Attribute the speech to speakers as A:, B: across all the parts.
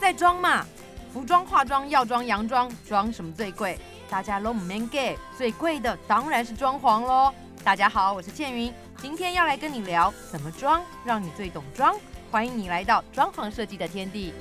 A: 在装嘛。服装、化妆、药妆、洋装，装什么最贵？大家都唔 man gay，最贵的当然是装潢喽。大家好，我是倩云，今天要来跟你聊怎么装，让你最懂装。欢迎你来到装潢设计的天地。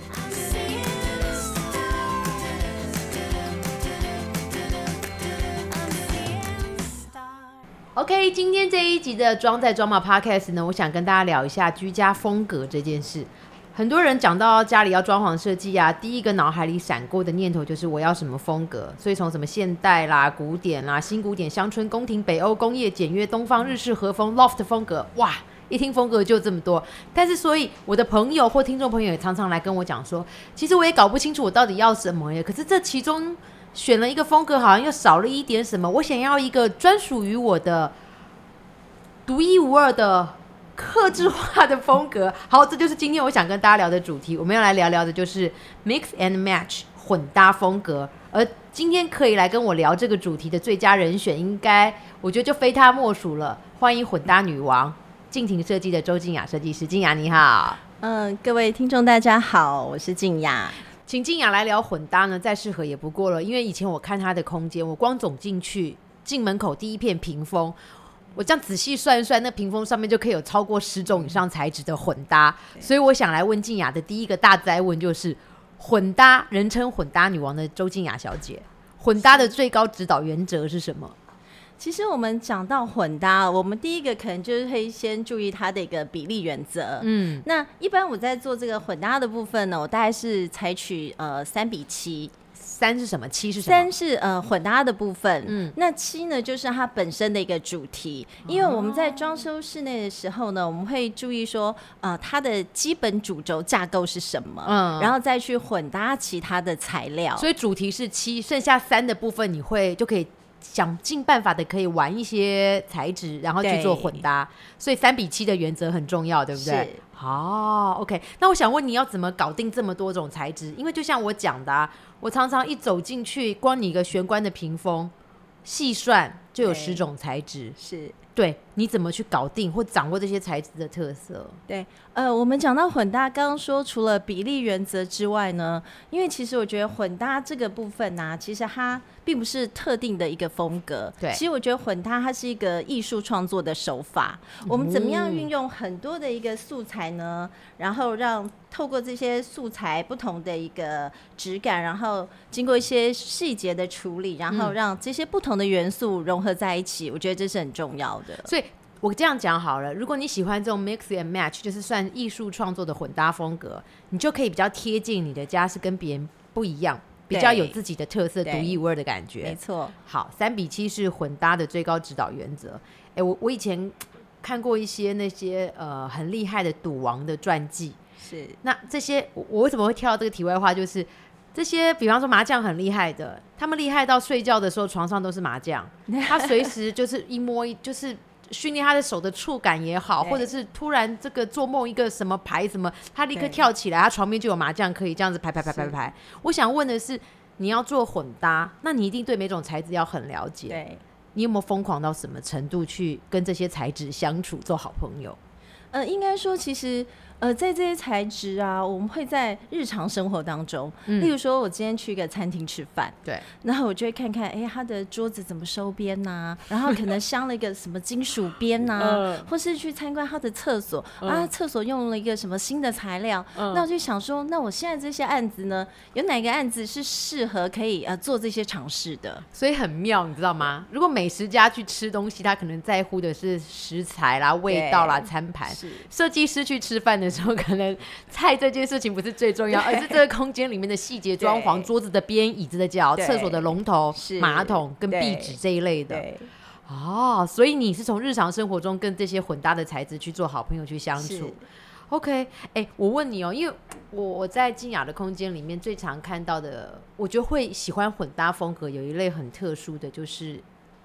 A: OK，今天这一集的《装在装嘛》Podcast 呢，我想跟大家聊一下居家风格这件事。很多人讲到家里要装潢设计啊，第一个脑海里闪过的念头就是我要什么风格，所以从什么现代啦、古典啦、新古典、乡村、宫廷、北欧、工业、简约、东方、日式和风、loft 风格，哇，一听风格就这么多。但是，所以我的朋友或听众朋友也常常来跟我讲说，其实我也搞不清楚我到底要什么耶。可是这其中选了一个风格，好像又少了一点什么。我想要一个专属于我的、独一无二的、克制化的风格。好，这就是今天我想跟大家聊的主题。我们要来聊聊的就是 mix and match 混搭风格。而今天可以来跟我聊这个主题的最佳人选，应该我觉得就非她莫属了。欢迎混搭女王静婷设计的周静雅设计师，静雅你好。
B: 嗯，各位听众大家好，我是静雅。
A: 请静雅来聊混搭呢，再适合也不过了。因为以前我看她的空间，我光走进去，进门口第一片屏风，我这样仔细算一算，那屏风上面就可以有超过十种以上材质的混搭。所以我想来问静雅的第一个大灾问就是：混搭，人称混搭女王的周静雅小姐，混搭的最高指导原则是什么？
B: 其实我们讲到混搭，我们第一个可能就是会先注意它的一个比例原则。
A: 嗯，
B: 那一般我在做这个混搭的部分呢，我大概是采取呃三比七，
A: 三是什么？七是什么？
B: 三是呃混搭的部分，
A: 嗯
B: 嗯，那七呢就是它本身的一个主题，因为我们在装修室内的时候呢，我们会注意说，呃，它的基本主轴架构是什么，
A: 嗯
B: 嗯，然后再去混搭其他的材料，
A: 所以主题是七，剩下三的部分你会就可以想尽办法的可以玩一些材质，然后去
B: 对
A: 做混搭。所以三比七的原则很重要，对不对
B: 是？
A: 哦，OK。那我想问你要怎么搞定这么多种材质？因为就像我讲的、啊，我常常一走进去，光你一个玄关的屏风，细算就有
B: 对
A: 十种材质。
B: 是。
A: 对，你怎么去搞定或掌握这些材质的特色？
B: 对，呃，我们讲到混搭，刚刚说除了比例原则之外呢，因为其实我觉得混搭这个部分呢、啊其实它并不是特定的一个风格。
A: 对
B: 其实我觉得混搭它是一个艺术创作的手法，我们怎么
A: 嗯
B: 样运用很多的一个素材呢？然后让透过这些素材不同的一个质感，然后经过一些细节的处理，然
A: 嗯
B: 后让这些不同的元素融合在一起，我觉得这是很重要的。
A: 所以我这样讲好了，如果你喜欢这种 mix and match，就是算艺术创作的混搭风格，你就可以比较贴近你的家，是跟别人不一样，比
B: 对
A: 较有自己的特色、独
B: 对
A: 一无二的感
B: 没
A: 觉。
B: 错，
A: 好，三比七是混搭的最高指导原则。哎、我我以前看过一些那些呃很厉害的赌王的传记，
B: 是
A: 那这些我我为什么会跳到这个题外话？就是这些，比方说麻将很厉害的，他们厉害到睡觉的时候床上都是麻 将，他随时就是一摸一就是。训练他的手的触感也好，
B: 对
A: 或者是突然这个做梦一个什么牌什么，他立刻
B: 对
A: 跳起来，他床边就有麻将可以这样子排排排排
B: 是
A: 排。我想问的是，你要做混搭，那你一定对每种材质要很了解。
B: 对。
A: 你有没有疯狂到什么程度去跟这些材质相处，做好朋友？
B: 呃，应该说，其实呃，在这些材质啊，我们会在日常生活当中，例如说，我今天去一个餐厅吃饭，
A: 对，
B: 然后我就会看看，哎、它的桌子怎么收边呐、然后可能镶了一个什么金属边呐、
A: 嗯
B: 或是去参观它的厕所，啊，厕所用了一个什么新的材料，那我就想说，那我现在这些案子呢，有哪个案子是适合可以呃做这些尝试的？
A: 所以很妙，你知道吗？如果美食家去吃东西，他可能在乎的是食材啦、味道啦、餐盘。
B: 是
A: 设计师去吃饭的时候，可能菜这件事情不是最重要，而是这个空间里面的细节、装 潢、桌子的边、椅子的角、
B: 对
A: 厕所的龙头
B: 是、
A: 马桶跟
B: 对
A: 壁纸这一类的。
B: 对。
A: 哦，所以你是从日常生活中跟这些混搭的材质去做好朋友去相
B: 是
A: 处。OK，哎、我问你哦，因为我我在静雅的空间里面最常看到的，我觉得会喜欢混搭风格，有一类很特殊的就是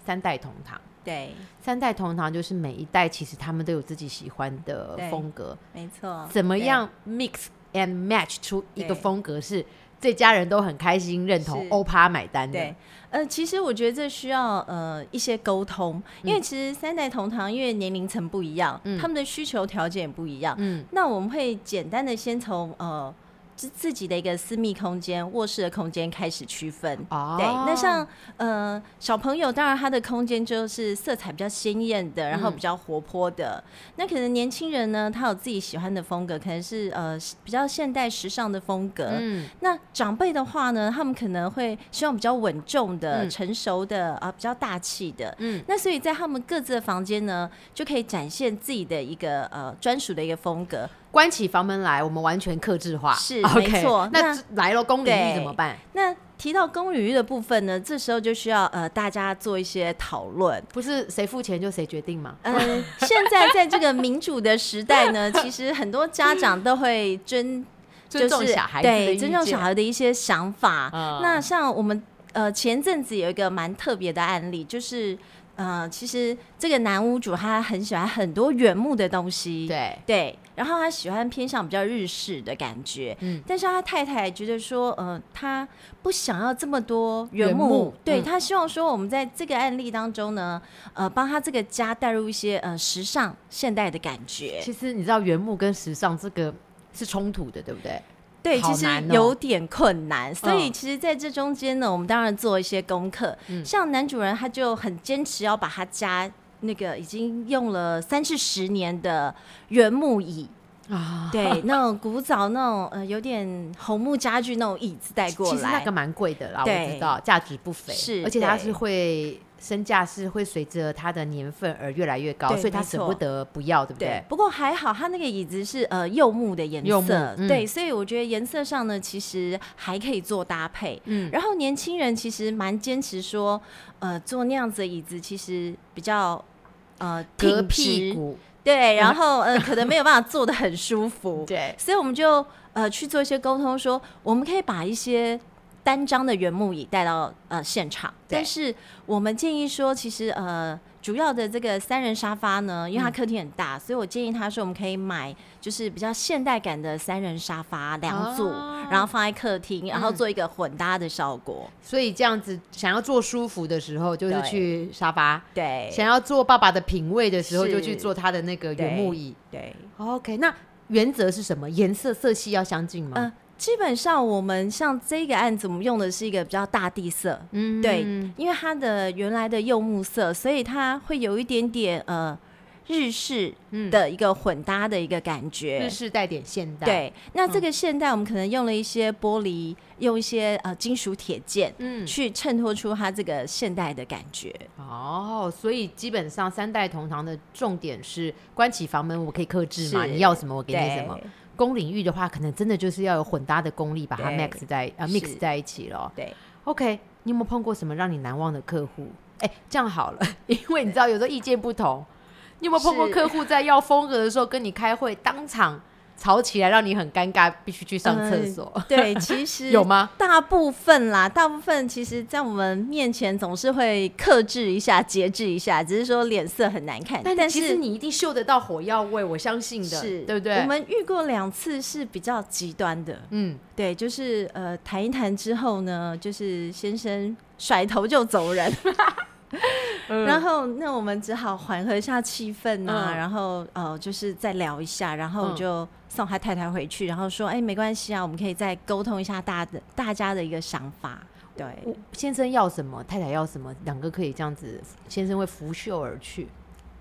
A: 三代同堂。
B: 对，
A: 三代同堂就是每一代其实他们都有自己喜欢的
B: 对
A: 风格，
B: 没错。
A: 怎么
B: 对？
A: 样 mix and match 出一个
B: 对
A: 风格是这家人都很开心认同
B: 是
A: 欧趴买单的
B: 对。，呃，其实我觉得这需要呃一些沟通，
A: 嗯
B: 因为其实三代同堂，因为年龄层不一样，他们的需求条件也不一样。
A: 嗯，
B: 那我们会简单的先从呃。自自己的一个私密空间、卧室的空间开始区分。
A: 哦
B: 对，那像呃小朋友，当然他的空间就是色彩比较鲜艳的，然后
A: 嗯
B: 比较活泼的。那可能年轻人呢，他有自己喜欢的风格，可能是呃比较现代时尚的风格。
A: 嗯，
B: 那长辈的话呢，他们可能会希望比较稳重的、
A: 嗯
B: 成熟的啊、比较大气的。
A: 嗯
B: 嗯，那所以在他们各自的房间呢，就可以展现自己的一个呃专属的一个风格。
A: 关起房门来，我们完全克制化，
B: 是
A: OK，
B: 没错
A: 那
B: 那
A: 只来了公领域怎么办？
B: 那提到公领域的部分呢，这时候就需要呃大家做一些讨论。
A: 不是谁付钱就谁决定吗？
B: 嗯，现在在这个民主的时代呢，其实很多家长都会尊
A: 尊重
B: 就是
A: 小孩子的
B: 对
A: 意
B: 尊重
A: 见
B: 小孩的一些想法。
A: 嗯
B: 那像我们呃前阵子有一个蛮特别的案例，就是呃其实这个男屋主他很喜欢很多原木的东西，
A: 对，
B: 对，然后他喜欢偏向比较日式的感觉，
A: 嗯
B: 但是他太太觉得说，呃，他不想要这么多
A: 原
B: 原木，
A: 木
B: 对
A: 嗯
B: 他希望说，我们在这个案例当中呢，呃，帮他这个家带入一些呃时尚现代的感觉。
A: 其实你知道原木跟时尚这个是冲突的，对不对？
B: 对，
A: 好
B: 其实
A: 难哦
B: 有点困难，所以
A: 嗯
B: 其实在这中间呢，我们当然做一些功课。
A: 嗯
B: 像男主人他就很坚持要把他家那个已经用了三四十年的原木椅，
A: 啊，
B: 对，那种古早那种呃有点红木家具那种椅子带过
A: 其实那
B: 来
A: 个。蛮贵的啦，我
B: 对
A: 知道，价值不菲，
B: 是
A: 而且它是
B: 对
A: 会身价是会随着它的年份而越来越高，
B: 对
A: 所以他
B: 没
A: 舍
B: 错
A: 不得不要，对不
B: 对
A: 对？，
B: 不过还好，它那个椅子是呃柚木的颜
A: 柚木
B: 色，
A: 嗯
B: 对，所以我觉得颜色上呢，其实还可以做搭配。
A: 嗯，
B: 然后年轻人其实蛮坚持说，呃，做那样子的椅子其实比较呃
A: 隔
B: 挺
A: 屁
B: 直
A: 股，
B: 对，然后呃可能没有办法坐得很舒服，
A: 对，
B: 所以我们就呃去做一些沟通说，我们可以把一些单张的原木椅带到呃现场，
A: 对
B: 但是我们建议说，其实呃主要的这个三人沙发呢，
A: 嗯
B: 因为它客厅很大，所以我建议他说，我们可以买就是比较现代感的三人沙发两组，
A: 哦
B: 然后放在客厅，然后
A: 嗯
B: 做一个混搭的效果。
A: 所以这样子想要做舒服的时候，就是
B: 对
A: 去沙发；
B: 对
A: 想要做爸爸的品味的时候，
B: 是
A: 就去做他的那个原木椅。
B: 对，
A: OK，那原则是什么？颜色色系要相近吗？
B: 呃，基本上我们像这个案子，我们用的是一个比较大地色，
A: 嗯
B: 对，因为它的原来的柚木色，所以它会有一点点呃日式
A: 嗯
B: 的一个混搭的一个感觉
A: 日。式带嗯点现代。，
B: 对，那这个现代我们可能用了一些玻璃，用一些呃金属铁件，
A: 嗯，
B: 去衬托出它这个现代的感觉。
A: 哦，所以基本上三代同堂的重点是关起房门，我可以克制嘛，
B: 是
A: 你要什么我给你什
B: 对
A: 么。公领域的话，可能真的就是要有混搭的功力，把它
B: 对
A: max 在呃
B: 是
A: mix 在一起咯。
B: 对，
A: OK，你有没有碰过什么让你难忘的客户？哎、这样好了， 因为你知道有时候意见不同，你有没有碰过
B: 是
A: 客户在要风格的时候跟你开会，当场吵起来，让你很尴尬，必须去上厕所？
B: 对，其实
A: 有吗？
B: 大部分啦，大部分其实，在我们面前总是会克制一下、节制一下，只是说脸色很难看。但
A: 其
B: 是
A: 实你一定嗅得到火药味，我相信的，
B: 是
A: 对不对？
B: 我们遇过两次是比较极端的，
A: 嗯，
B: 对，就是呃谈一谈之后呢，就是先生甩头就 走人，然后那我们只好缓和一下气氛啊，
A: 嗯
B: 然后呃就是再聊一下，然后我
A: 嗯
B: 就送他太太回去，然后说哎没关系啊，我们可以再沟通一下大的大家的一个想法，对。
A: 我先生要什么，太太要什么，两个可以这样子，先生会拂袖而去。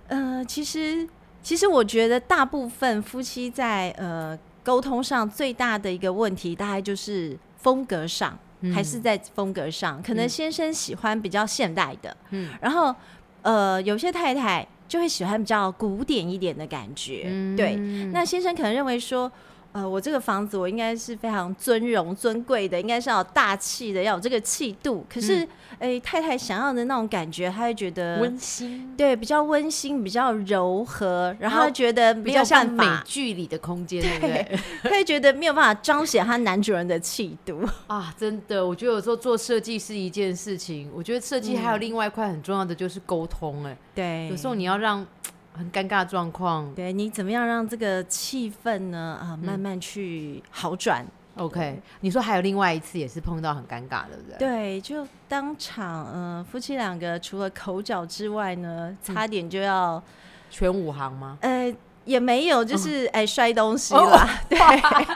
B: 呃，其实其实我觉得大部分夫妻在呃沟通上最大的一个问题，大概就是风格上，还是在风格上，可能
A: 嗯
B: 先生喜欢比较现代的，
A: 嗯
B: 然后呃有些太太就会喜欢比较古典一点的感觉，
A: 嗯
B: 对。那先生可能认为说。呃，我这个房子我应该是非常尊荣尊贵的，应该是要有大气的，要有这个气度。可是，哎、太太想要的那种感觉，她会觉得
A: 嗯温馨，
B: 对，比较温馨，比较柔和，然
A: 然
B: 后
A: 后
B: 他觉得
A: 比
B: 没
A: 较
B: 有
A: 像
B: 办
A: 美
B: 法，
A: 剧里的空间，对不对？
B: 他会觉得没有办法彰显他男主人的气度。
A: 啊，真的，我觉得有时候做设计是一件事情，我觉得设计还有另外一块很重要的就是沟通、哎、
B: 嗯对
A: 有时候你要让很尴尬的状况
B: 对你怎么样让这个气氛呢啊、
A: 嗯
B: 慢慢去好转？
A: ，OK。你说还有另外一次也是碰到很尴尬，对不对？
B: 对，就当场，嗯、夫妻两个除了口角之外呢，
A: 嗯
B: 差点就要，
A: 全武行吗？
B: 呃，也没有，就是哎、摔东西
A: 哦
B: 啦。对，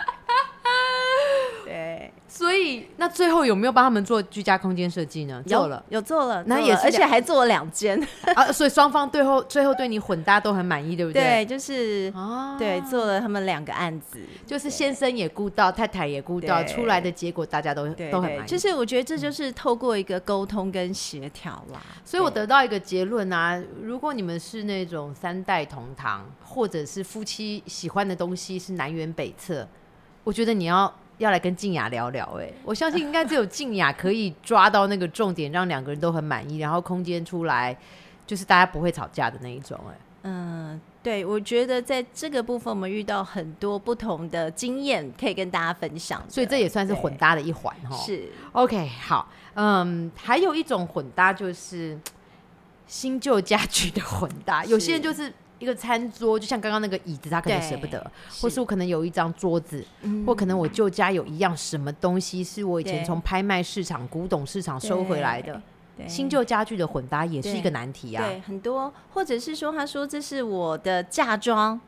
A: 所以那最后有没有帮他们做居家空间设计呢？
B: 有
A: 做了，
B: 有做了，
A: 那
B: 做
A: 也
B: 了
A: 是
B: 而且
A: 两
B: 还做了两间，
A: 啊，所以双方最后最后对你混搭都很满意，对不对？
B: 对，就是
A: 对，啊，
B: 对，做了他们两个案子，
A: 就是先生也顾到，太太也顾到，
B: 对
A: 出来的结果大家都
B: 对
A: 都很
B: 对
A: 满意。嗯
B: 就是我觉得这就是透过一个沟通跟协调啦。
A: 所以我得到一个结论啊，如果你们是那种三代同堂，或者是夫妻喜欢的东西是南辕北辙，我觉得你要要来跟静雅聊聊、欸。哎，我相信应该只有静雅可以抓到那个重点，让两个人都很满意，然后空间出来就是大家不会吵架的那一种、欸。
B: 嗯，对，我觉得在这个部分我们遇到很多不同的经验可以跟大家分享的，
A: 所以这也算是混搭的一环哈。
B: 是
A: OK，好，嗯，还有一种混搭就是新旧家具的混搭，有些人
B: 是
A: 就是一个餐桌，就像刚刚那个椅子，他可能舍不得，或是我可能有一张桌子，
B: 嗯
A: 或可能我旧家有一样什么东西是我以前
B: 对
A: 从拍卖市场、古董市场收回来的。
B: 对
A: 新旧家具的混搭也是一
B: 对
A: 个难题啊。
B: 对，很多，或者是说，他说这是我的 嫁妆，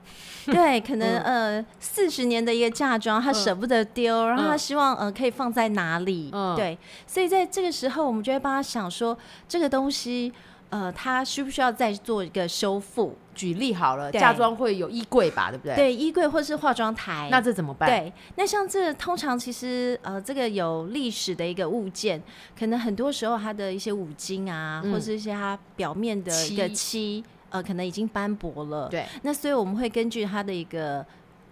B: 对，可能、
A: 嗯
B: 呃四十年的一个嫁妆，他舍不得丢，然后他
A: 嗯
B: 希望呃可以放在哪里，
A: 嗯
B: 对，所以在这个时候，我们就会帮他想说这个东西，呃，他需不需要再做一个修复？
A: 举例好了，
B: 对
A: 嫁妆会有衣柜吧，对不对？。
B: 对，衣柜或是化妆台，
A: 那这怎么办？
B: 对，那像这通常其实呃，这个有历史的一个物件，可能很多时候它的一些五金啊，
A: 嗯
B: 或是一些它表面的一个
A: 漆
B: 漆，呃，可能已经斑驳了。
A: 对
B: 那所以我们会根据它的一个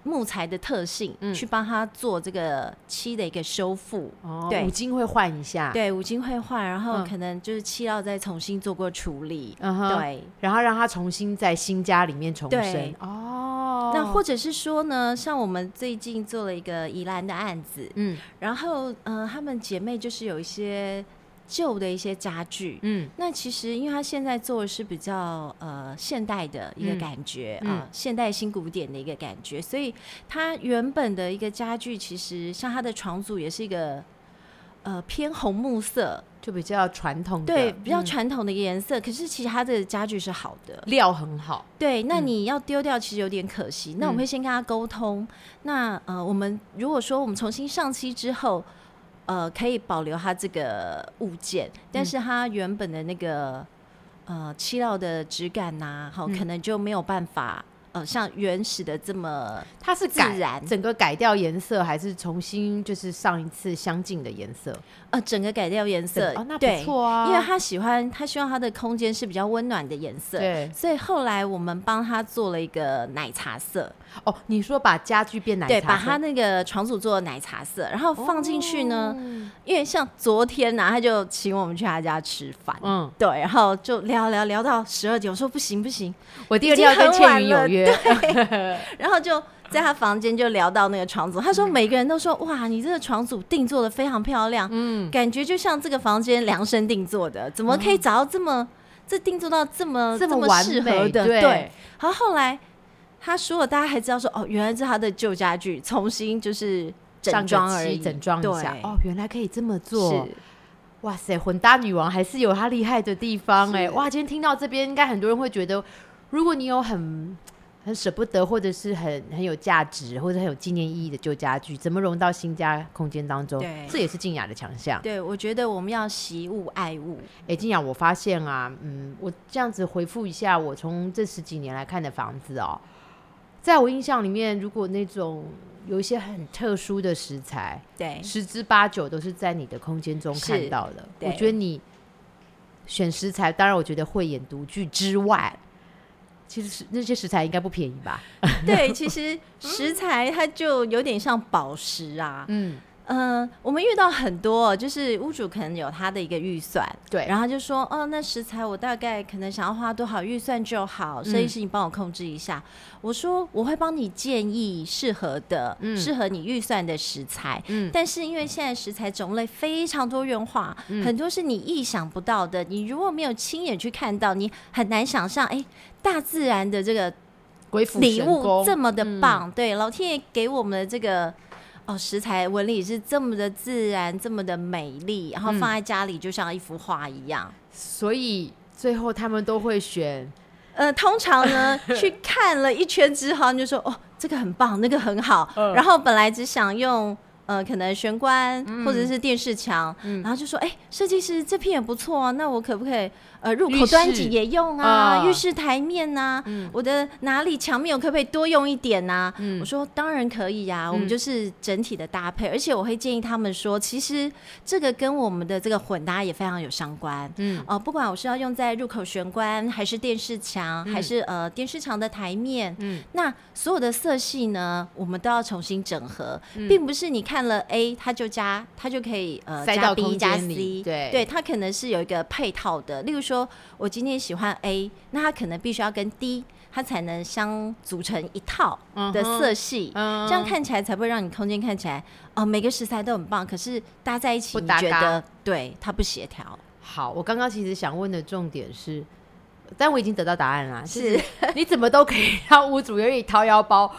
B: 木材的特性，
A: 嗯
B: 去帮它做这个漆的一个修复。
A: 哦，
B: 对
A: 五金会换一下，，
B: 对，五金会换，然后
A: 啊嗯
B: 可能就是漆料再重新做过处理。
A: 嗯哼，
B: 对，
A: 然后让他重新在新家里面重生
B: 对。
A: 哦，
B: 那或者是说呢，像我们最近做了一个宜兰的案子，
A: 嗯
B: 然后，呃，她们姐妹就是有一些旧的一些家具。
A: 嗯
B: 那其实，因为她现在做的是比较呃现代的一个
A: 嗯
B: 感觉啊、
A: 嗯
B: 现代新古典的一个感觉，所以她原本的一个家具，其实像她的床组也是一个呃偏红木色，
A: 就比较传统的，
B: 对，比较
A: 嗯
B: 传统的一个颜色。可是其实她的家具是好的，
A: 料很好，
B: 对，那
A: 嗯
B: 你要丢掉其实有点可惜。那我们会先跟他沟通。那呃，我们如果说我们重新上漆之后，呃，可以保留它这个物件，
A: 嗯
B: 但是它原本的那个呃漆料的质感呐、好、
A: 嗯
B: 可能就没有办法呃像原始的这么
A: 它是
B: 自
A: 改
B: 然
A: 整个改掉颜色，还是重新就是上一次相近的颜色？
B: 呃整个改掉颜色。
A: 哦，那不
B: 对，
A: 错啊，
B: 因为他喜欢，他希望他的空间是比较温暖的颜色。
A: 对
B: 所以后来我们帮他做了一个奶茶色，
A: 哦，你说把家具变奶茶
B: 对，
A: 色，
B: 把它那个床组做的奶茶色，然后放进去呢。
A: 哦
B: 因为像昨天呢、他就请我们去他家吃饭，
A: 嗯，
B: 对，然后就聊聊聊到十二点，我说不行不行，
A: 我第二天要跟倩云有约，
B: 然后就在他房间就聊到那个床组，他
A: 嗯
B: 说每个人都说哇，你这个床组定做的非常漂亮，
A: 嗯，
B: 感觉就像这个房间量身定做的，怎么可以找到这么、这定做到嗯这么
A: 这么
B: 么
A: 完
B: 适
A: 美
B: 合的？
A: 对
B: 然后后来他说了，大家还知道说哦，原来是他的旧家具，重新就是整
A: 上
B: 装
A: 个
B: 而
A: 漆
B: 已，
A: 整装一下
B: 对。
A: 哦，原来可以这么做
B: 是，，
A: 哇塞，混搭女王还是有她厉害的地方哎、
B: 是
A: 哇，今天听到这边，应该很多人会觉得，如果你有很很舍不得，或者是很很有价值，或者很有纪念意义的旧家具，怎么融到新家空间当中
B: 对？
A: 这也是静雅的强项。
B: 对我觉得我们要惜物爱物，
A: 哎，静雅，我发现啊，嗯，我这样子回复一下，我从这十几年来看的房子哦，在我印象里面，如果那种有一些很特殊的食材，
B: 对
A: 十之八九都是在你的空间中看到的。
B: 对
A: 我觉得你选食材，当然我觉得慧眼独具之外，其实是那些食材应该不便宜吧？
B: 对，其实食材它就有点像宝石啊，
A: 嗯，
B: 嗯，我们遇到很多，就是屋主可能有他的一个预算，
A: 对
B: 然后他就说，哦，那食材我大概可能想要花多少预算就好，设
A: 嗯
B: 计师你帮我控制一下。我说我会帮你建议适合的、
A: 嗯
B: 适合你预算的食材，
A: 嗯
B: 但是因为现在食材种类非常多元化，
A: 嗯
B: 很多是你意想不到的，你如果没有亲眼去看到，你很难想象，哎，大自然的这个
A: 鬼斧
B: 礼
A: 神嗯
B: 物
A: 工
B: 这么的棒，对，老天爷给我们的这个哦食材纹理是这么的自然，这么的美丽，然后
A: 嗯
B: 放在家里就像一幅画一样。
A: 所以最后他们都会选。
B: 呃，通常呢，去看了一圈之后，你就说哦，这个很棒，那个很好。然后本来只想用呃，可能玄关或者是电视墙，然后就说，哎、设计师这片也不错啊，那我可不可以呃入
A: 浴
B: 口
A: 室
B: 端景也用啊，
A: 啊
B: 浴室台面呐、我的哪里墙面我可不可以多用一点呐、我说当然可以呀、我们就是整体的搭配，而且我会建议他们说，其实这个跟我们的这个混搭也非常有相关，
A: 嗯
B: 呃，不管我是要用在入口玄关，还是电视墙，还是呃电视墙的台面，
A: 嗯
B: 那所有的色系呢，我们都要重新整合，
A: 嗯
B: 并不是你看了 A 它就加，它就可以呃
A: 塞
B: 加
A: 到
B: B
A: 空
B: 加
A: 间
B: C，
A: 里对
B: 对，它可能是有一个配套的。例如说，我今天喜欢 A，那它可能必须要跟 D，它才能相组成一套的
A: 嗯哼
B: 色系。
A: 嗯
B: 这样看起来才不会让你空间看起来哦、每个食材都很棒，可是搭在一起
A: 不
B: 你
A: 搭
B: 觉
A: 嘎
B: 得对它不协调。
A: 好，我刚刚其实想问的重点是，但我已经得到答案啦，就是你怎么都可以让屋主愿意掏腰包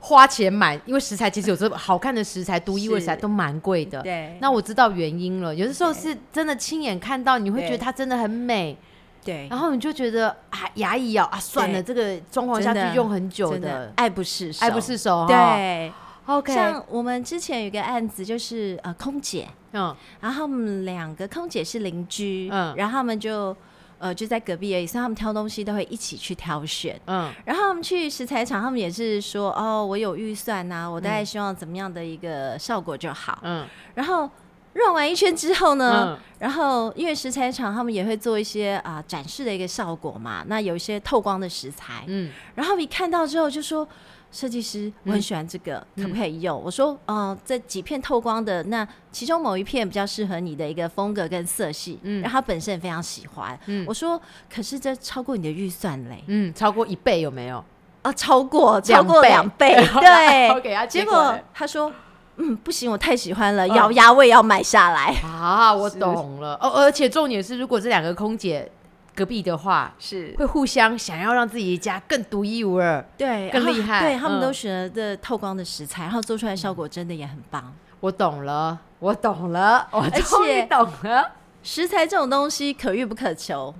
A: 花钱买，因为食材其实有时候好看的食材、独一无二的食材
B: 是
A: 都蛮贵的。
B: 对
A: 那我知道原因了，有的时候
B: 对
A: 是真的亲眼看到，你会
B: 对
A: 觉得它真的很美，
B: 对
A: 然后你就觉得啊牙一咬啊算了，这个装潢下
B: 真的
A: 去用很久
B: 真
A: 的，
B: 爱不释手，
A: 爱不释手。哈
B: 对。
A: ，OK，
B: 像我们之前有一个案子，就是呃，空姐，
A: 嗯
B: 然后我们两个空姐是邻居，
A: 嗯
B: 然后他们就呃就在隔壁而已，所以他们挑东西都会一起去挑选。
A: 嗯
B: 然后他们去食材厂，他们也是说哦，我有预算呐、我大概希望怎么样的一个效果就好。
A: 嗯
B: 然后绕完一圈之后呢，
A: 嗯
B: 然后因为食材厂他们也会做一些啊、展示的一个效果嘛，那有一些透光的食材，
A: 嗯
B: 然后一看到之后就说。设计师，我很喜欢这个，
A: 嗯
B: 可不可以用？我说，哦、这几片透光的，那其中某一片比较适合你的一个风格跟色系，嗯，然后他本身也非常喜欢，
A: 嗯
B: 我说，可是这超过你的预算嘞，
A: 嗯，超过一倍有没有？
B: 啊，超过，超
A: 两
B: 过
A: 倍
B: 两倍， 对
A: OK，啊
B: 结
A: 结果
B: 果
A: 嘞嗯
B: 他说，嗯，不行，我太喜欢了，咬牙我也要买下来，
A: 啊，我懂了。哦，而且重点是，如果这两个空姐隔壁的话，
B: 是
A: 会互相想要让自己的家更独一无二。
B: 对，
A: 更
B: 然后
A: 厉害
B: 对他
A: 嗯
B: 们都选了这透光的食材，然后做出来效果真的也很棒。
A: 我懂了，我懂了，我终于
B: 且
A: 懂了。
B: 食材这种东西可遇不可求，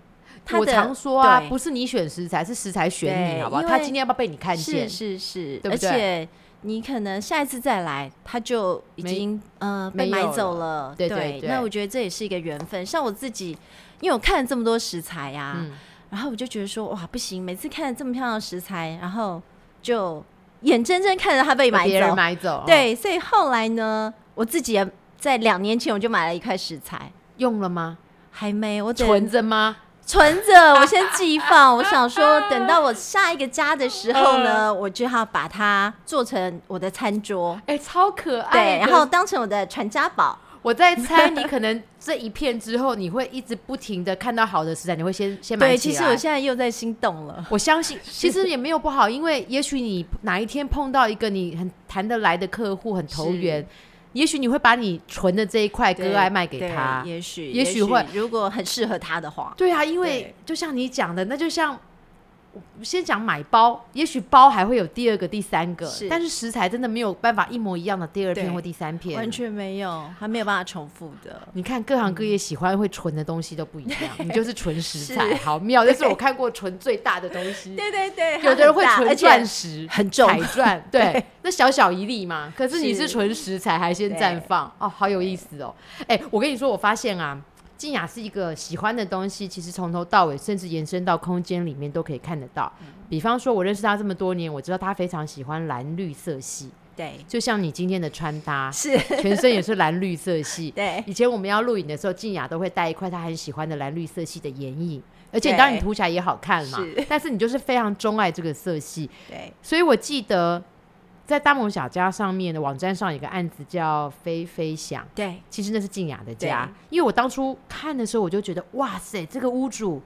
B: 它
A: 我
B: 的
A: 常说啊，
B: 对
A: 不是你选食材，是食材选你，
B: 对
A: 好不好？
B: 因为
A: 他今天要不要被你看
B: 是
A: 见？
B: 是是，
A: 对
B: 而
A: 不对
B: 且你可能下一次再来，它就已
A: 没
B: 经呃
A: 没
B: 被买
A: 有
B: 走
A: 了
B: 了。
A: 对对对
B: 那我觉得这也是一个缘分。像我自己，因为我看了这么多食材呀、
A: 嗯
B: 然后我就觉得说哇不行，每次看了这么漂亮的食材，然后就眼睁睁看着它被
A: 被
B: 买
A: 别人
B: 走。
A: 买哦走，，
B: 对，所以后来呢，我自己也在两年前我就买了一块食材。
A: 用了吗？
B: 还没，我等
A: 存着吗？
B: 存着，我先寄放。我想说，等到我下一个家的时候呢，我就要把它做成我的餐桌，
A: 哎，超可爱
B: 对，
A: 的。
B: 然后当成我的传家宝。
A: 我在猜， 你可能这一片之后，你会一直不停的看到好的食材，你会先先买
B: 对，
A: 起
B: 其
A: 来。
B: 实我现在又在心动了。
A: 我相 信，其实也没有不好，因为也许你哪一天碰到一个你很谈得来的客户，很投缘，也许你会把你存的这一块割爱卖给
B: 对
A: 他。
B: 也许
A: 也许会，
B: 如果很适合他的话，
A: 对啊，因为就像你讲的，那就像我先讲买包，也许包还会有第二个、第三个，
B: 是
A: 但是食材真的没有办法一模一样的第二
B: 对
A: 篇或第三篇。
B: 完全没有，还没有办法重复的。
A: 你看各行各业喜欢会存的东西都不 一样，你就是纯食材，
B: 嗯是
A: 好妙。这是我看过存最大的东 西。
B: 对对对，
A: 有的人会
B: 它很
A: 纯
B: 大而且
A: 钻石，
B: 很重
A: 彩 钻，对
B: 对，
A: 那小小一粒嘛。可是你是
B: 是
A: 纯食材海鲜绽放哦，好有意思哦。哎，我跟你说，我发现啊，静雅是一个喜欢的东西，其实从头到尾，甚至延伸到空间里面都可以看得到。
B: 嗯
A: 比方说，我认识她这么多年，我知道她非常喜欢蓝绿色系，
B: 对
A: 就像你今天的穿搭，
B: 是，
A: 全身也是蓝绿色系。
B: 对
A: 以前我们要录影的时候，静雅都会带一块她很喜欢的蓝绿色系的眼影，而且当你涂起来也好看嘛
B: 是。
A: 但是你就是非常钟爱这个色系，
B: 对
A: 所以我记得在大萌小家上面的网站上有个案子叫“飞飞响
B: 对”，
A: 其实那是静雅的家。因为我当初看的时候，我就觉得哇塞，这个屋主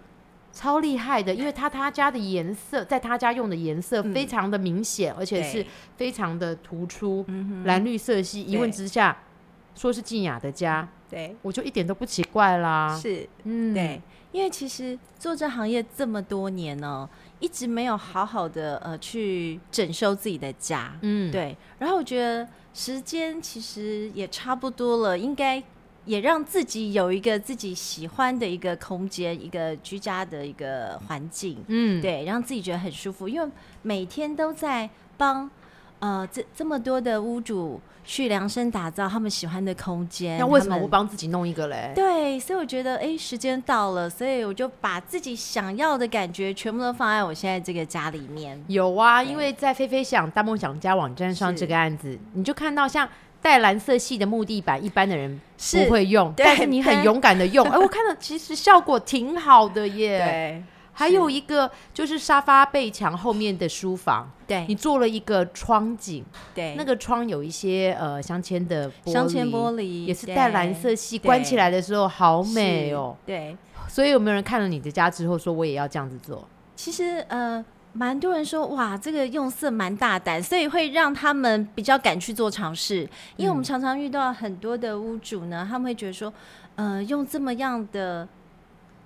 A: 超厉害的，因为他他家的颜色，在他家用的颜色
B: 嗯
A: 非常的明显，而且是
B: 对
A: 非
B: 嗯
A: 常的突出，蓝绿色系。一问之下，说是静雅的家，
B: 对
A: 我就一点都不奇怪啦。
B: 嗯是。
A: 嗯，
B: 对，因为其实做这行业这么多年呢，一直没有好好的呃去整修自己的家，
A: 嗯，
B: 对。然后我觉得时间其实也差不多了，应该也让自己有一个自己喜欢的一个空间，一个居家的一个环境，
A: 嗯，
B: 对，让自己觉得很舒服，因为每天都在帮。呃这这么多的屋主去量身打造他们喜欢的空间，
A: 那为什
B: 他
A: 么
B: 们
A: 不帮自己弄一个嘞？
B: 对，所以我觉得，哎，时间到了，所以我就把自己想要的感觉全部都放在我现在这个家里面。
A: 有啊，
B: 对
A: 因为在飞飞想大梦想家网站上
B: 是
A: 这个案子，你就看到像带蓝色系的木地板，一般的人
B: 是
A: 不会用，
B: 对
A: 但是你很
B: 但
A: 勇敢的用，哎，我看到其实效果挺好的耶。
B: 对
A: 还有一个就是沙发背墙后面的书房，你
B: 对
A: 做了一个窗景，
B: 对，
A: 那个窗有一些呃镶嵌的玻璃，
B: 镶嵌玻璃
A: 也是带蓝色系，关起
B: 对
A: 来的时候好美哦。。
B: 是对，
A: 所以有没有人看了你的家之后说我也要这样子做？
B: 其实呃，蛮多人说哇，这个用色蛮大胆，所以会让他们比较敢去做尝试。
A: 嗯
B: 因为我们常常遇到很多的屋主呢，他们会觉得说，呃，用这么样的。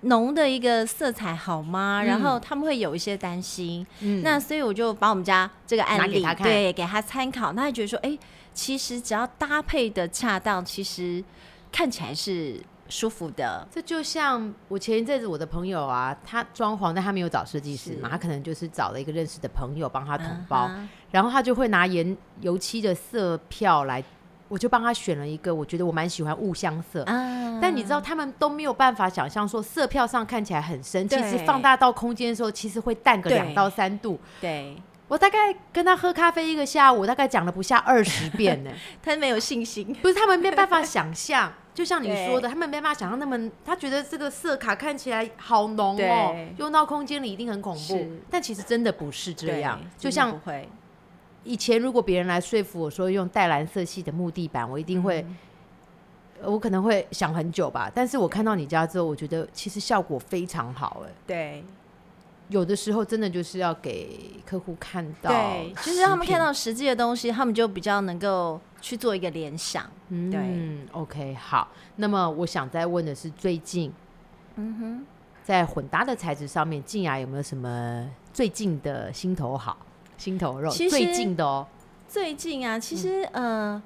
B: 浓的一个色彩好吗？然后他们会有一些担心，
A: 嗯，
B: 那所以我就把我们家这个
A: 拿
B: 案
A: 给
B: 例
A: 他看
B: 对给他参考，那他觉得说，哎、其实只要搭配的恰当，其实看起来是舒服的。
A: 这就像我前一阵子我的朋友啊，他装潢，但他没有找设计师嘛，
B: 是
A: 他可能就是找了一个认识的朋友帮他统包，
B: 嗯哼
A: 然后他就会拿颜油漆的色票来，我就帮他选了一个，我觉得我蛮喜欢雾香色。
B: 啊
A: 但你知道，他们都没有办法想象说色票上看起来很深，其
B: 对
A: 实放大到空间的时候，其实会淡个
B: 对
A: 两到三度。
B: 对，
A: 我大概跟他喝咖啡一个下午，我大概讲了不下二十遍呢、
B: 他没有信心。
A: 不是他们没办法想 象，就像你说的，
B: 对
A: 他们没办法想象那么，他觉得这个色卡看起来好浓哦
B: 对，
A: 用到空间里一定很恐怖
B: 是，
A: 但其实真的不是这样
B: 对。
A: 就
B: 真的
A: 像
B: 不会
A: 以前，如果别人来说服我说用淡蓝色系的木地板，我一定
B: 嗯
A: 会。呃我可能会想很久吧，但是我看到你家之后，我觉得其实效果非常好、哎，
B: 对
A: 有的时候真的就是要给客户看到，
B: 对，就是让他们看，到实际的东西，他们就比较能够去做一个联想。
A: 嗯，OK，好。那么我想再问的是，最近
B: 嗯哼，
A: 在混搭的材质上面，静雅有没有什么最近的心头好、心头肉？
B: 其实
A: 最近的哦，
B: 最近啊，其实、呃。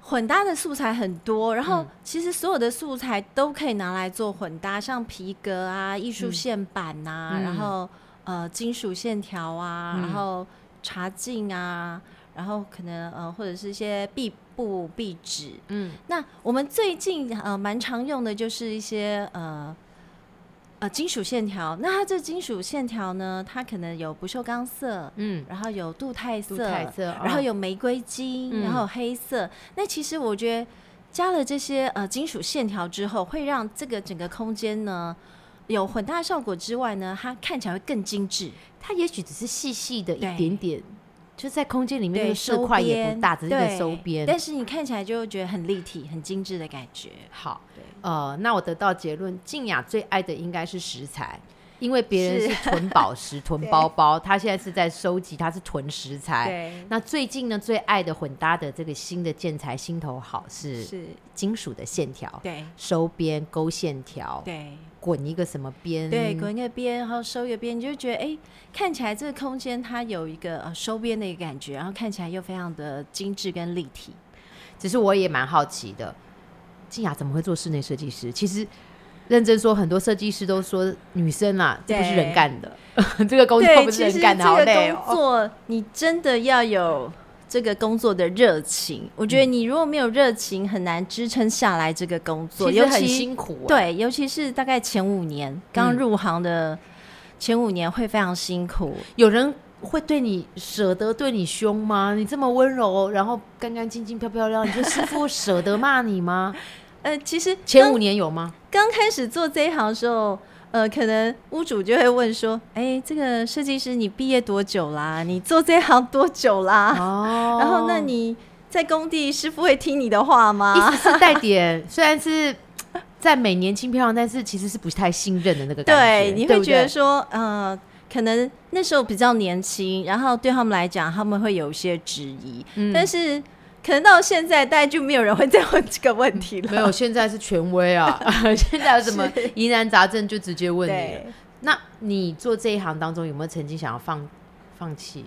B: 混搭的素材很多，然后
A: 嗯
B: 其实所有的素材都可以拿来做混搭，像皮革啊、艺术
A: 嗯
B: 线板呐、
A: 嗯
B: 然后呃金属线条啊，
A: 嗯
B: 然后茶镜啊，然后可能呃或者是一些壁布、壁纸，
A: 嗯，
B: 那我们最近呃蛮常用的就是一些呃呃金属线条。那它这金属线条呢，它可能有不锈钢色，
A: 嗯，
B: 然后有镀钛色，
A: 镀钛色，哦
B: 然后有玫瑰金，
A: 嗯
B: 然后有黑色。那其实我觉得加了这些呃金属线条之后，会让这个整个空间呢。有混搭效果之外呢，它看起来会更精致。
A: 哦它也许只是细细的一
B: 对
A: 点点，就在空间里面那
B: 对，
A: 个色
B: 收
A: 块也不
B: 边
A: 大，只是一个
B: 对
A: 收边。
B: 但是你看起来就会觉得很立体、很精致的感觉。
A: 好，
B: 对，
A: 呃，那我得到结论，静雅最爱的应该是食材。因为别人
B: 是
A: 是 囤宝石、囤
B: 对
A: 包包，她现在是在收集，她是囤食材。
B: 对，
A: 那最近呢，最爱的混搭的这个新的建材，心头好是
B: 是，
A: 金属的线条，
B: 对，
A: 收边勾线条，
B: 对
A: 滚一个什么边，
B: 对，滚一个边，然后收一个边，你就觉得哎、诶看起来这个空间它有一个呃收边的一个感觉，然后看起来又非常的精致跟立体。
A: 只是我也蛮好奇的，静雅怎么会做室内设计师？其实认真说，很多设计师都说女生啊，这不是
B: 对
A: 人干的， 这个工作
B: 对，
A: 哦不
B: 其
A: 是
B: 实
A: 人干的，好
B: 这
A: 累
B: 个工
A: 哦。
B: 作你真的要有这个工作的热情。我
A: 嗯
B: 觉得你如果没有热情，很难支撑下来这个工作，
A: 其实
B: 尤
A: 很
B: 其
A: 辛苦、啊，
B: 对，尤其是大概前五年刚
A: 嗯
B: 入行的前五年会非常辛苦。
A: 有人会对你舍得对你凶吗？你这么温柔，然后干干净净、漂漂亮，亮，你觉得师傅舍得骂你 吗？
B: 呃，其实
A: 前五年有吗？
B: 刚开始做这一行的时候，呃，可能屋主就会问说：“哎、这个设计师你毕业多久啦？你做这一行多久啦？
A: 哦，
B: 啊然后那你在工地，师傅会听你的话
A: 意
B: 吗
A: 思是带点，虽然是赞美年轻漂亮，但是其实是不太信任的那个？”感觉，
B: 对，你会
A: 不
B: 觉得说，呃。可能那时候比较年轻，然后对他们来讲，他们会有一些质疑。
A: 嗯
B: 但是可能到现在，大概就没有人会再问这个问题了。
A: 没有，现在是权威 啊， 现在有什么疑难杂症就直接问你了
B: 对。，
A: 那你做这一行当中有没有曾经想要放放弃？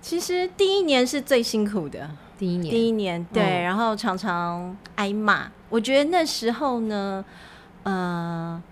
B: 其实第一年是最辛苦的，
A: 第一年，
B: 第一年对，
A: 嗯
B: 然后常常挨骂。我觉得那时候呢，呃，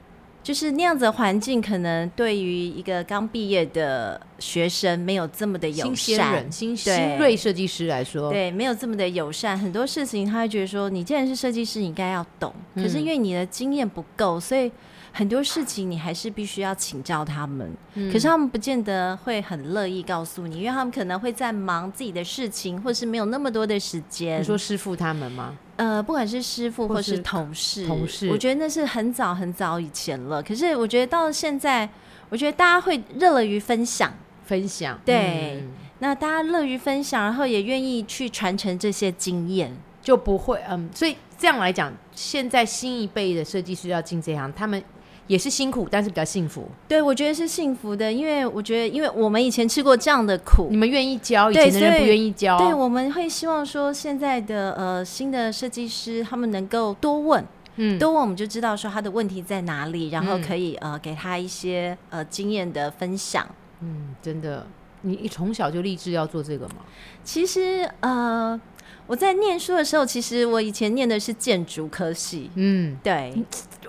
B: 就是那样子的环境，可能对于一个刚毕业的学生没有这么的友
A: 新鲜
B: 善
A: 人、，新
B: 对
A: 新锐设计师来说，
B: 对，没有这么的友善。很多事情他会觉得说，你既然是设计师，你应该要懂。
A: 嗯
B: 可是因为你的经验不够，所以很多事情你还是必须要请教他们。
A: 嗯
B: 可是他们不见得会很乐意告诉你，因为他们可能会在忙自己的事情，或是没有那么多的时间。
A: 你说师傅他们吗？
B: 呃，不管是师傅
A: 或
B: 或
A: 是
B: 是同事，
A: 同事
B: 我觉得那是很早很早以前了。可是我觉得到现在，我觉得大家会热于分享，
A: 分享
B: 对
A: 嗯
B: 那大家乐于分享，然后也愿意去传承这些经验。
A: 就不会嗯，所以这样来讲，现在新一辈的设计师要进这行，他们也是辛苦，但是比较幸福。
B: 对，我觉得是幸福的，因为我觉得，因为我们以前吃过这样的苦
A: 你，们愿意教，以
B: 对
A: 前的人
B: 所以
A: 不愿意教，
B: 对，我们会希望说现在的呃新的设计师他们能够多问，
A: 嗯，
B: 多问我们就知道说他的问题在哪里，然后
A: 嗯
B: 可以、呃给他一些呃经验的分享。
A: 嗯，真的，你一从小就立志要做这个吗？
B: 其实呃我在念书的时候，其实我以前念的是建筑科系，
A: 嗯，
B: 对，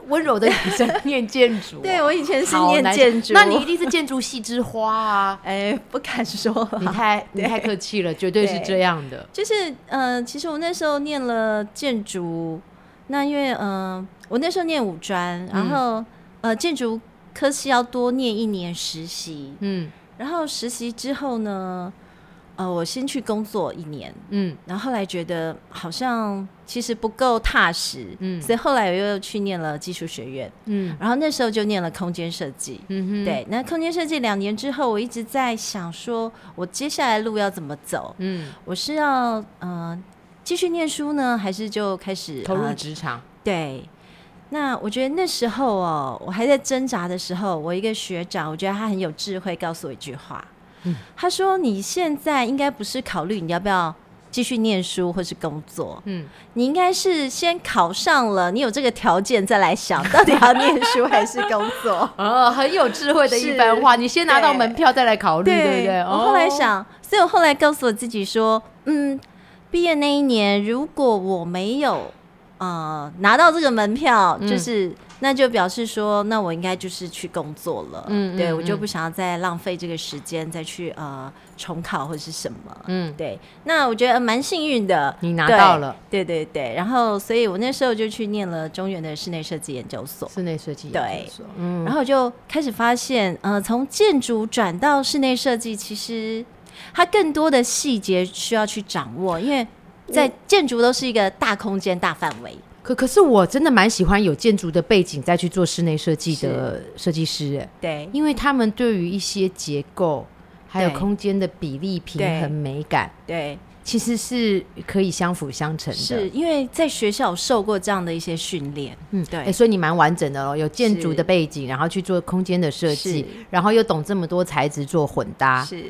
A: 温柔的女生 念建筑啊，
B: 对我以前是
A: 好
B: 念
A: 难想
B: 建筑，
A: 那你一定是建筑系之花 啊！
B: 哎不敢说 啦，
A: 你太你太客气了，绝对是
B: 对
A: 这样的。
B: 就是呃，其实我那时候念了建筑，那因为呃，我那时候念五专，然后、呃，建筑科系要多念一年实习，
A: 嗯
B: 然后实习之后呢，呃，我先去工作一年，
A: 嗯
B: 然后后来觉得好像其实不够踏实，
A: 嗯
B: 所以后来我又去念了技术学院，
A: 嗯
B: 然后那时候就念了空间设计。
A: 嗯哼，
B: 对，那空间设计两年之后，我一直在想说，我接下来路要怎么走？
A: 嗯，
B: 我是要呃继续念书呢，还是就开始
A: 投入
B: 呃
A: 职场，
B: 对。那我觉得那时候哦，我还在挣扎的时候，我一个学长，我觉得他很有智慧，告诉我一句话，
A: 嗯
B: 他说：“你现在应该不是考虑你要不要继续念书或是工作，
A: 嗯，
B: 你应该是先考上了，你有这个条件再来想到底要念书还是工作。”
A: 哦，很有智慧的一番话。你先拿到
B: 对
A: 门票再来考虑，对不对？
B: 我后来
A: 哦，
B: 想，所以我后来告诉我自己说，嗯，毕业那一年，如果我没有呃拿到这个门票，
A: 嗯
B: 就是。那就表示说，那我应该就是去工作了，
A: 嗯
B: 对
A: 嗯
B: 我就
A: 嗯
B: 不想要再浪费这个时间再去呃重考或是什么，
A: 嗯，
B: 对。那我觉得蛮幸运的，
A: 你拿
B: 对
A: 到了，
B: 对对对。然后，所以我那时候就去念了中原的室内设计研究所，
A: 室内设计
B: 对
A: 研究所，嗯
B: 然后就开始发现，呃，从建筑转到室内设计，其实它更多的细节需要去掌握，因为在建筑都是一个大空间、大范围。
A: 可可是我真的蛮喜欢有建筑的背景再去做室内设计的设计师，哎，
B: 对
A: 因为他们对于一些结构还有
B: 对
A: 空间的比例、平衡、
B: 对
A: 美感，
B: 对，
A: 其实是可以相辅相成的。
B: 是因为在学校有受过这样的一些训练。
A: 嗯，
B: 对
A: 诶所以你蛮完整的咯，有建筑
B: 是
A: 的背景，然后去做空间的设计
B: 是，
A: 然后又懂这么多材质做混搭，
B: 是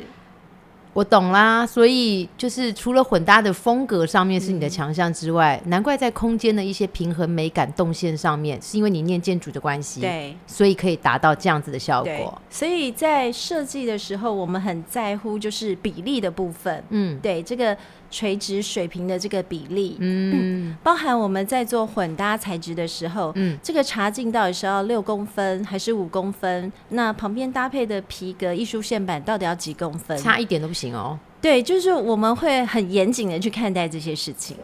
A: 我懂啦。所以就是除了混搭的风格上面是你的强项之外，难怪在空间的一些平衡、美感、动线上面，是因为你念建筑的关系，，
B: 对
A: 所以可以达到这样子的效
B: 对
A: 果。，
B: 所以在设计的时候，我们很在乎就是比例的部分。
A: 嗯
B: 对这个垂直水平的这个比例，
A: 嗯
B: 包含我们在做混搭材质的时候，
A: 嗯
B: 这个茶镜到底是要六公分还是五公分？那旁边搭配的皮革艺术线板到底要几公分？
A: 差一点都不行哦。
B: 对，就是我们会很严谨的去看待这些事情。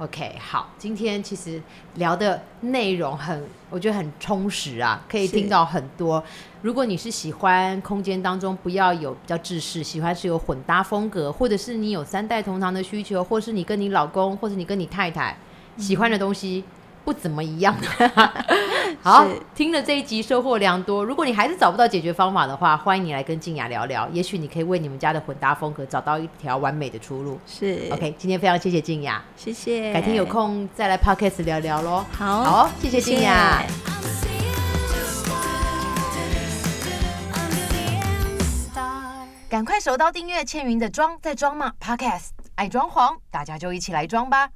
A: OK，好，今天其实聊的内容很，我觉得很充实啊，可以
B: 是
A: 听到很多。如果你是喜欢空间当中不要有比较制式，喜欢是有混搭风格，或者是你有三代同堂的需求，或是你跟你老公或者你跟你太太喜欢的东西。不怎么 一样的，好
B: 是，
A: 听了这一集收获良多。如果你还是找不到解决方法的话，欢迎你来跟静雅聊聊，也许你可以为你们家的混搭风格找到一条完美的出路。
B: 是
A: OK，今天非常谢谢静雅。
B: 谢谢，
A: 改天有空再来 podcast 聊聊喽。
B: 好
A: 哎好，哦谢谢静雅。
C: I'm seeing stars.
A: 赶快手刀订阅倩云的装在装嘛 podcast，爱装潢，大家就一起来装吧。